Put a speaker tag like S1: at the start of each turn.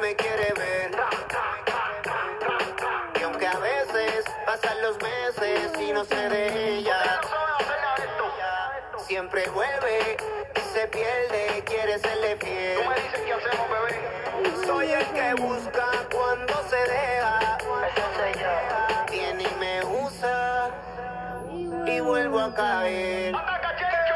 S1: me quiere ver. Y aunque a veces pasan los meses y no sé de ella, siempre vuelve y se pierde, quiere serle fiel.
S2: Tú me dices qué hacemos, bebé.
S1: Soy el que busca cuando se deja.
S2: Eso soy yo.
S1: Viene y me usa y vuelvo a caer.